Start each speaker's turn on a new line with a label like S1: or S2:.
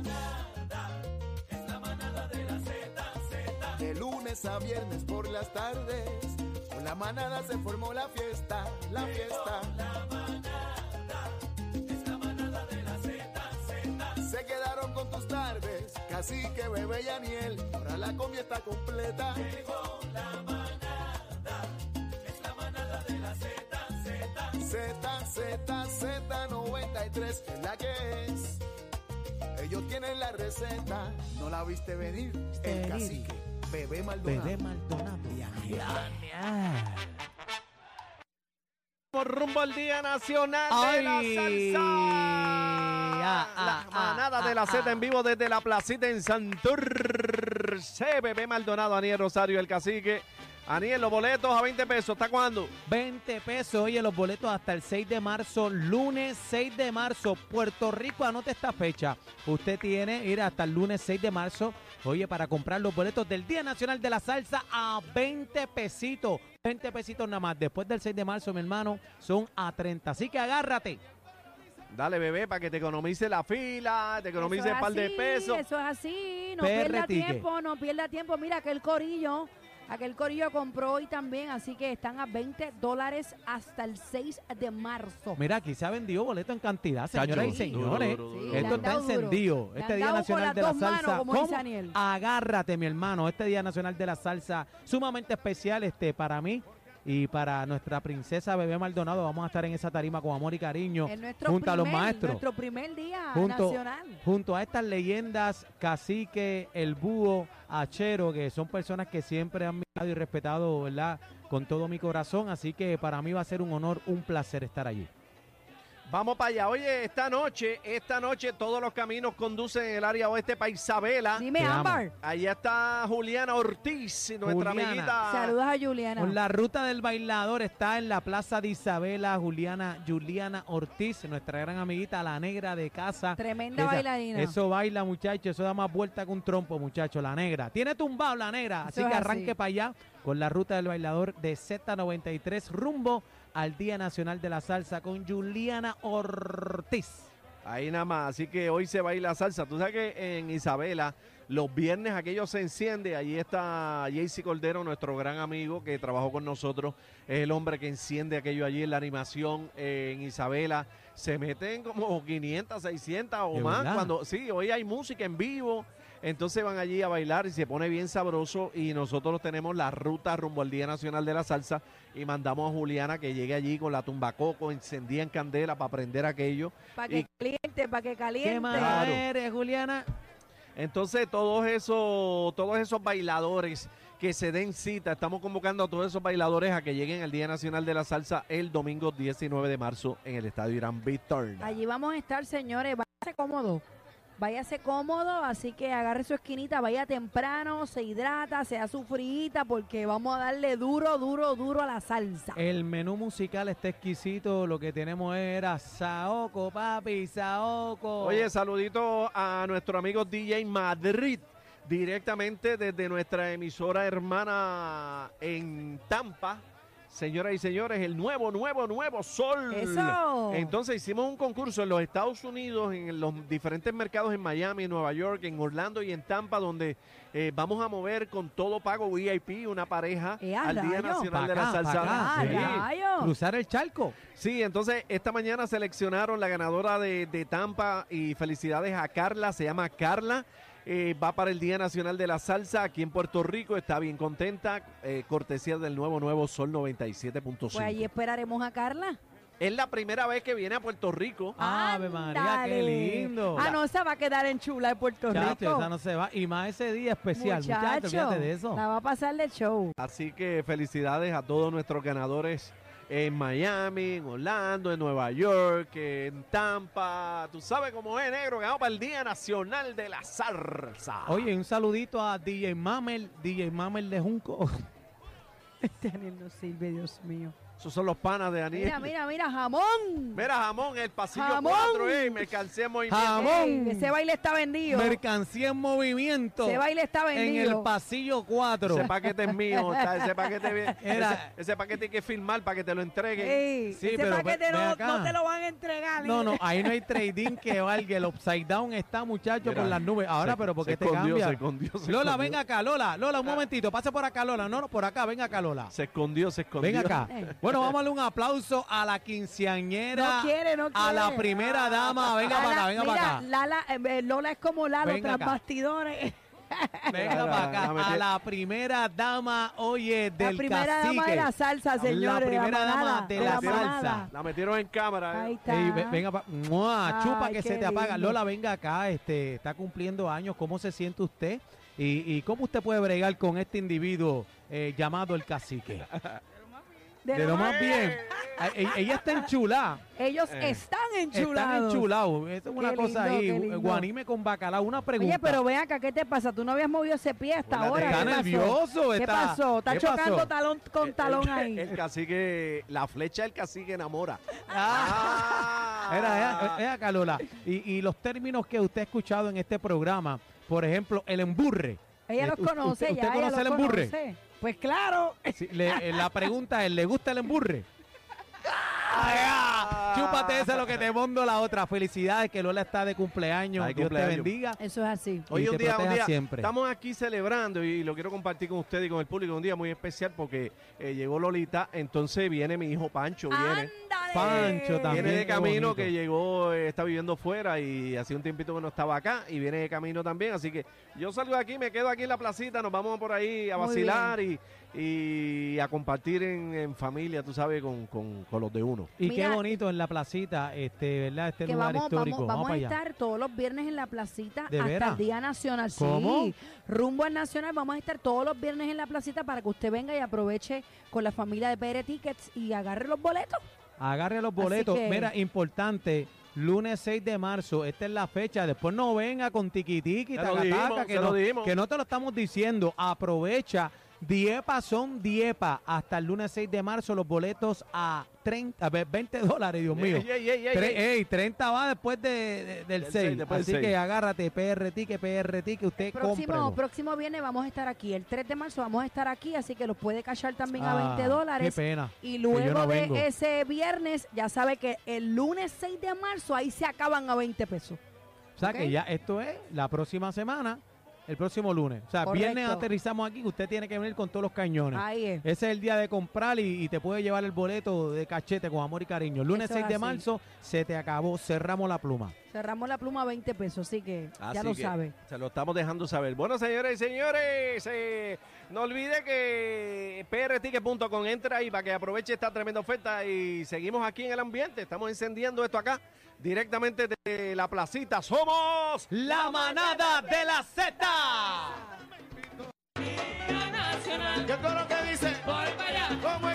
S1: manada, es la manada de la Z, Z.
S2: De lunes a viernes por las tardes, con la manada se formó la fiesta, la
S1: Llegó
S2: fiesta.
S1: La manada, es la manada de la Z, Z.
S2: Se quedaron con tus tardes, cacique, bebé y Aniel, ahora la comida está completa.
S1: Llegó la manada, es la manada de la Z, Z.
S2: ZZZ93 es la que es. Ellos tienen la receta, no la viste venir. El
S3: Venir.
S2: cacique, bebé Maldonado.
S3: Bebé Maldonado.
S2: Y Aniel.
S4: Por rumbo al Día Nacional de la
S3: Ay.
S4: Salsa.
S3: Ah, ah,
S4: la manada
S3: ah,
S4: de la
S3: ah,
S4: Z
S3: ah.
S4: en vivo desde la placita en Santurce. Bebé Maldonado, Aniel Rosario, el cacique. Aniel, los boletos a 20 pesos. ¿Hasta cuándo?
S3: 20 pesos, oye, los boletos hasta el 6 de marzo, lunes 6 de marzo, Puerto Rico, anote esta fecha. Usted tiene, ir hasta el lunes 6 de marzo, oye, para comprar los boletos del Día Nacional de la Salsa a 20 pesitos, 20 pesitos nada más. Después del 6 de marzo, mi hermano, son a 30, así que agárrate.
S4: Dale, bebé, para que te economice la fila, te economice
S5: Eso
S4: un
S5: es
S4: par de
S5: así,
S4: pesos.
S5: Eso es así, no
S3: PR
S5: pierda
S3: ticket.
S5: tiempo, no pierda tiempo. Mira, aquel corillo, aquel corillo compró hoy también, así que están a 20 dólares hasta el 6 de marzo.
S3: Mira, aquí se ha vendido boleto en cantidad, señoras y
S5: Chacho,
S3: señores.
S4: duro,
S5: duro,
S3: Esto
S5: duro.
S3: está
S5: Le han dado
S3: encendido.
S5: duro. Le
S3: Este
S5: han
S3: Día
S5: dado con
S3: Nacional
S5: las
S3: de la
S5: dos manos,
S3: Salsa.
S5: como dice
S3: ¿Cómo? Ah,
S5: Aniel.
S3: Agárrate, mi hermano. Este Día Nacional de la Salsa sumamente especial este para mí y para nuestra princesa Bebé Maldonado. Vamos a estar en esa tarima con amor y cariño.
S5: Es nuestro
S3: junto a los
S5: primer-
S3: maestros.
S5: Nuestro primer día
S3: Junto-
S5: nacional.
S3: Junto a estas leyendas, Cacique, El Búho, Achero, que son personas que siempre han mirado y respetado, ¿verdad? Con todo mi corazón. Así que para mí va a ser un honor, un placer estar allí.
S4: Vamos para allá. Oye, esta noche, esta noche todos los caminos conducen en el área oeste para Isabela.
S5: Dime,
S3: Ah, te amo.
S5: Ámbar.
S4: Allá está Juliana Ortiz, nuestra
S3: Juliana.
S4: amiguita.
S5: Saludos a Juliana.
S3: Con la ruta del bailador está en la plaza de Isabela Juliana Juliana Ortiz, nuestra gran amiguita, la negra de casa.
S5: Tremenda
S3: Esa-
S5: bailarina.
S3: Eso baila, muchacho, eso da más vuelta que un trompo, muchacho, la negra. Tiene tumbado la negra, así
S5: Eso es
S3: que
S5: así.
S3: arranque para allá con la ruta del bailador de Z93 rumbo al Día Nacional de la Salsa con Juliana Ortiz.
S4: Ahí nada más, así que hoy se baila salsa. Tú sabes que en Isabela, los viernes aquello se enciende. Allí está Jaycee Cordero, nuestro gran amigo que trabajó con nosotros. Es el hombre que enciende aquello allí en la animación eh, en Isabela. Se meten como 500, 600 o
S3: ¿De
S4: más.
S3: verdad?
S4: Cuando, sí, hoy hay música en vivo. Entonces van allí a bailar y se pone bien sabroso. Y nosotros tenemos la ruta rumbo al Día Nacional de la Salsa. Y mandamos a Juliana que llegue allí con la tumbacoco, encendía en candela para aprender aquello.
S5: Para que
S4: y-
S5: caliente, para que caliente.
S3: ¿Qué más
S4: Claro.
S3: eres, Juliana?
S4: Entonces, todos esos, todos esos bailadores que se den cita, estamos convocando a todos esos bailadores a que lleguen al Día Nacional de la Salsa el domingo 19 de marzo en el Estadio Irán Victor.
S5: Allí vamos a estar, señores. Váyase cómodo. Váyase cómodo, así que agarre su esquinita, vaya temprano, se hidrata, se da su frita, porque vamos a darle duro, duro, duro a la salsa.
S3: El menú musical está exquisito, lo que tenemos era Saoco, papi, Saoco.
S4: Oye, saludito a nuestro amigo DJ Madrid, directamente desde nuestra emisora hermana en Tampa. Señoras y señores, el nuevo, nuevo, nuevo sol.
S5: Eso.
S4: Entonces hicimos un concurso en los Estados Unidos, en los diferentes mercados en Miami, en Nueva York, en Orlando y en Tampa, donde eh, vamos a mover con todo pago VIP una pareja
S5: Eh, a
S4: al Día
S5: rayos.
S4: Nacional
S3: Pa'
S4: de la
S3: acá, pa'
S4: Salsa.
S3: acá,
S4: Sí.
S3: ya.
S5: Ah, ¡Rayo!
S3: cruzar el charco.
S4: Sí, entonces esta mañana seleccionaron la ganadora de, de Tampa y felicidades a Carla, se llama Carla. eh, va para el Día Nacional de la Salsa aquí en Puerto Rico, está bien contenta, eh, cortesía del nuevo nuevo Sol
S5: Pues allí
S4: 97.5.
S5: esperaremos a Carla.
S4: Es la primera vez que viene a Puerto Rico.
S3: Ave María, qué
S5: Ándale.
S3: lindo.
S5: Ah, no, se va a quedar en chula de Puerto
S3: Chacho,
S5: Rico.
S3: esa no se va. Y más ese día especial, muchacho, fíjate de eso.
S5: la va a pasar de show.
S4: Así que felicidades a todos nuestros ganadores en Miami, en Orlando, en Nueva York, en Tampa. Tú sabes cómo es, negro, ganamos para el Día Nacional de la Salsa.
S3: Oye, un saludito a DJ Mamel, DJ Mamel de Junco.
S5: Daniel no Este sirve, Dios mío.
S4: Esos son los panas de Aniel.
S5: Mira, mira, mira, jamón.
S4: Mira, jamón, el pasillo
S5: Jamón.
S4: 4, ey, me cansé muy bien.
S3: Ja- jamón.
S5: Ey, ese baile está vendido.
S3: Mercancía en movimiento.
S5: Ese baile está
S3: en
S5: vendido.
S3: el pasillo 4.
S4: Ese paquete es mío, está, ese paquete bien-
S3: Era-
S4: ese, ese paquete hay que firmar para que te lo entreguen.
S5: Ey,
S3: Sí,
S5: ese
S3: pero ve-
S5: paquete
S3: ve
S5: no,
S3: acá.
S5: no te lo van a entregar.
S3: No,
S5: ¿eh?
S3: no, ahí no hay trading que valga. El upside down está, muchacho,
S4: Mira,
S3: por las nubes. Ahora,
S4: se-
S3: pero ¿por qué
S4: se
S3: te
S4: escondió,
S3: cambia?
S4: se escondió, se
S3: Lola,
S4: escondió. Ah.
S3: ven acá, Lola, Lola, un momentito. Pasa por acá, Lola. No, no, por acá, ven acá, Lola.
S4: Se escondió, se escondió.
S3: Ven acá.
S5: Eh.
S3: Bueno, vamos a darle un aplauso a la quinceañera.
S5: No quiere, no
S3: A la
S5: quiere.
S3: primera dama. Venga
S5: Lala,
S3: para acá, venga
S5: mira,
S3: para acá.
S5: Lala, eh, eh, Lola es como Lalo
S3: Venga
S5: tras
S3: acá.
S5: bastidores.
S3: Venga
S4: Lala,
S3: para acá.
S4: dame
S3: A
S4: tie-
S3: la primera dama, oye,
S5: La
S3: del
S5: primera dama de
S3: cacique.
S5: la salsa, señores.
S3: la primera dama
S5: manada,
S3: de
S4: la
S5: manada.
S3: salsa.
S4: La metieron en cámara.
S5: Ahí
S4: eh.
S5: está.
S3: Ey, ve- venga, pa- ¡Mua! chupa
S5: Ay,
S3: que
S5: qué
S3: se te apaga.
S5: lindo.
S3: Lola, venga acá, este, está cumpliendo años. ¿Cómo se siente usted? ¿Y, y cómo usted puede bregar con este individuo eh, llamado el cacique?
S5: De
S3: De
S5: lo
S3: lo
S5: más-
S3: más bien. Ay, ey, Ella está enchulada.
S5: Ellos
S4: Eh.
S5: están
S3: Están
S5: enchulados.
S3: enchulados. Eso es una
S5: Qué
S3: cosa
S5: lindo,
S3: ahí.
S5: qué lindo.
S3: Guanime con bacalao. Una pregunta.
S5: Oye, pero ven acá, ¿qué te pasa? Tú no habías movido ese pie hasta
S4: Acuérdate,
S5: ahora.
S4: está
S5: ¿Qué pasó?
S3: nervioso,
S5: ¿Qué
S3: está-
S5: pasó? Está
S3: ¿qué
S5: chocando
S3: pasó?
S5: talón
S4: Eh,
S5: con talón ahí.
S4: El cacique, la flecha del cacique enamora.
S5: Ah.
S4: Ah.
S3: Era, era, era, Lola. Y, y los términos que usted ha escuchado en este programa, por ejemplo, el emburre.
S5: ella los
S3: ¿Usted-
S5: conoce,
S3: usted
S5: ya. ella
S3: conoce el
S5: los
S3: emburre?
S5: conoce. Pues claro.
S3: Sí, le- eh, la pregunta es, ¿le gusta el emburre? Ah, Chúpate eso lo que te mando la otra. Felicidades que Lola está de cumpleaños.
S4: Ay,
S3: Dios
S4: cumpleaños.
S3: te bendiga.
S5: Eso es así.
S3: Y
S4: Hoy un
S3: te
S4: día, un
S3: proteja
S4: día,
S3: siempre.
S4: estamos aquí celebrando y lo quiero compartir con usted y con el público, un día muy especial porque eh, llegó Lolita, entonces viene mi hijo Pancho,
S5: Ah,
S4: viene.
S5: Ándale.
S3: Pancho también.
S4: Viene de
S3: qué
S4: camino
S3: bonito.
S4: que llegó, eh, está viviendo fuera y hace un tiempito que no estaba acá y viene de camino también. Así que yo salgo de aquí, me quedo aquí en la placita, nos vamos por ahí a
S5: Muy
S4: vacilar y, y a compartir en, en familia, tú sabes, con, con- con los de uno.
S3: Y
S5: Mira,
S3: qué bonito en la placita, este, ¿verdad? Este
S5: que
S3: lugar
S5: vamos,
S3: histórico.
S5: vamos, vamos a
S3: para allá.
S5: estar todos los viernes en la placita
S3: ¿De
S5: hasta
S3: veras?
S5: el Día Nacional. Sí,
S3: ¿Cómo?
S5: rumbo al Nacional vamos a estar todos los viernes en la placita para que usted venga y aproveche con la familia de PR Tickets y agarre los boletos.
S3: Agarre los boletos.
S5: que-
S3: Mira, importante. Lunes 6 de marzo, esta es la fecha. Después no venga con tiquitiqui,
S4: Se lo dijimos,
S3: tacataca, que,
S4: se
S3: no-
S4: lo dijimos.
S3: que no te lo estamos diciendo. Aprovecha. Diepa son Diepa. Hasta el lunes 6 de marzo, los boletos a 30, a ver, 20 dólares, Dios mío.
S4: Ey, ey, ey, ey,
S3: Tre-
S4: ey.
S3: ey, 30 va después de, de- del
S4: Del
S3: 6.
S4: seis, después del
S3: Así
S4: seis.
S3: que agárrate, PRT, que PRT, que usted
S5: Próximo,
S3: compre.
S5: próximo viernes vamos a estar aquí. El 3 de marzo vamos a estar aquí, así que los puede cachar también a 20 dólares.
S3: Ah, Qué pena.
S5: Y
S3: que yo
S5: luego
S3: no vengo.
S5: de ese viernes, ya sabe que el lunes 6 de marzo ahí se acaban a 20 pesos.
S3: O sea,
S5: Ok.
S3: que ya esto es la próxima semana, el próximo lunes. O sea,
S5: Correcto.
S3: viernes aterrizamos aquí, usted tiene que venir con todos los cañones.
S5: Ahí es.
S3: Ese es el día de comprar y, y te puede llevar el boleto de cachete con amor y cariño. Lunes
S5: Eso es
S3: 6 de
S5: así.
S3: marzo se te acabó, cerramos la pluma.
S5: Cerramos la pluma a 20 pesos, así que ya
S4: Así
S5: lo
S4: que
S5: sabe.
S4: Se lo estamos dejando saber. Bueno, señores y señores, eh, no olvide que prticket.com entra ahí para que aproveche esta tremenda oferta y seguimos aquí en el ambiente. Estamos encendiendo esto acá directamente de la placita. Somos
S3: La manada de la Z.
S1: Nacional,
S2: ¿Qué es lo que dice?
S1: voy para allá,
S2: ¿Cómo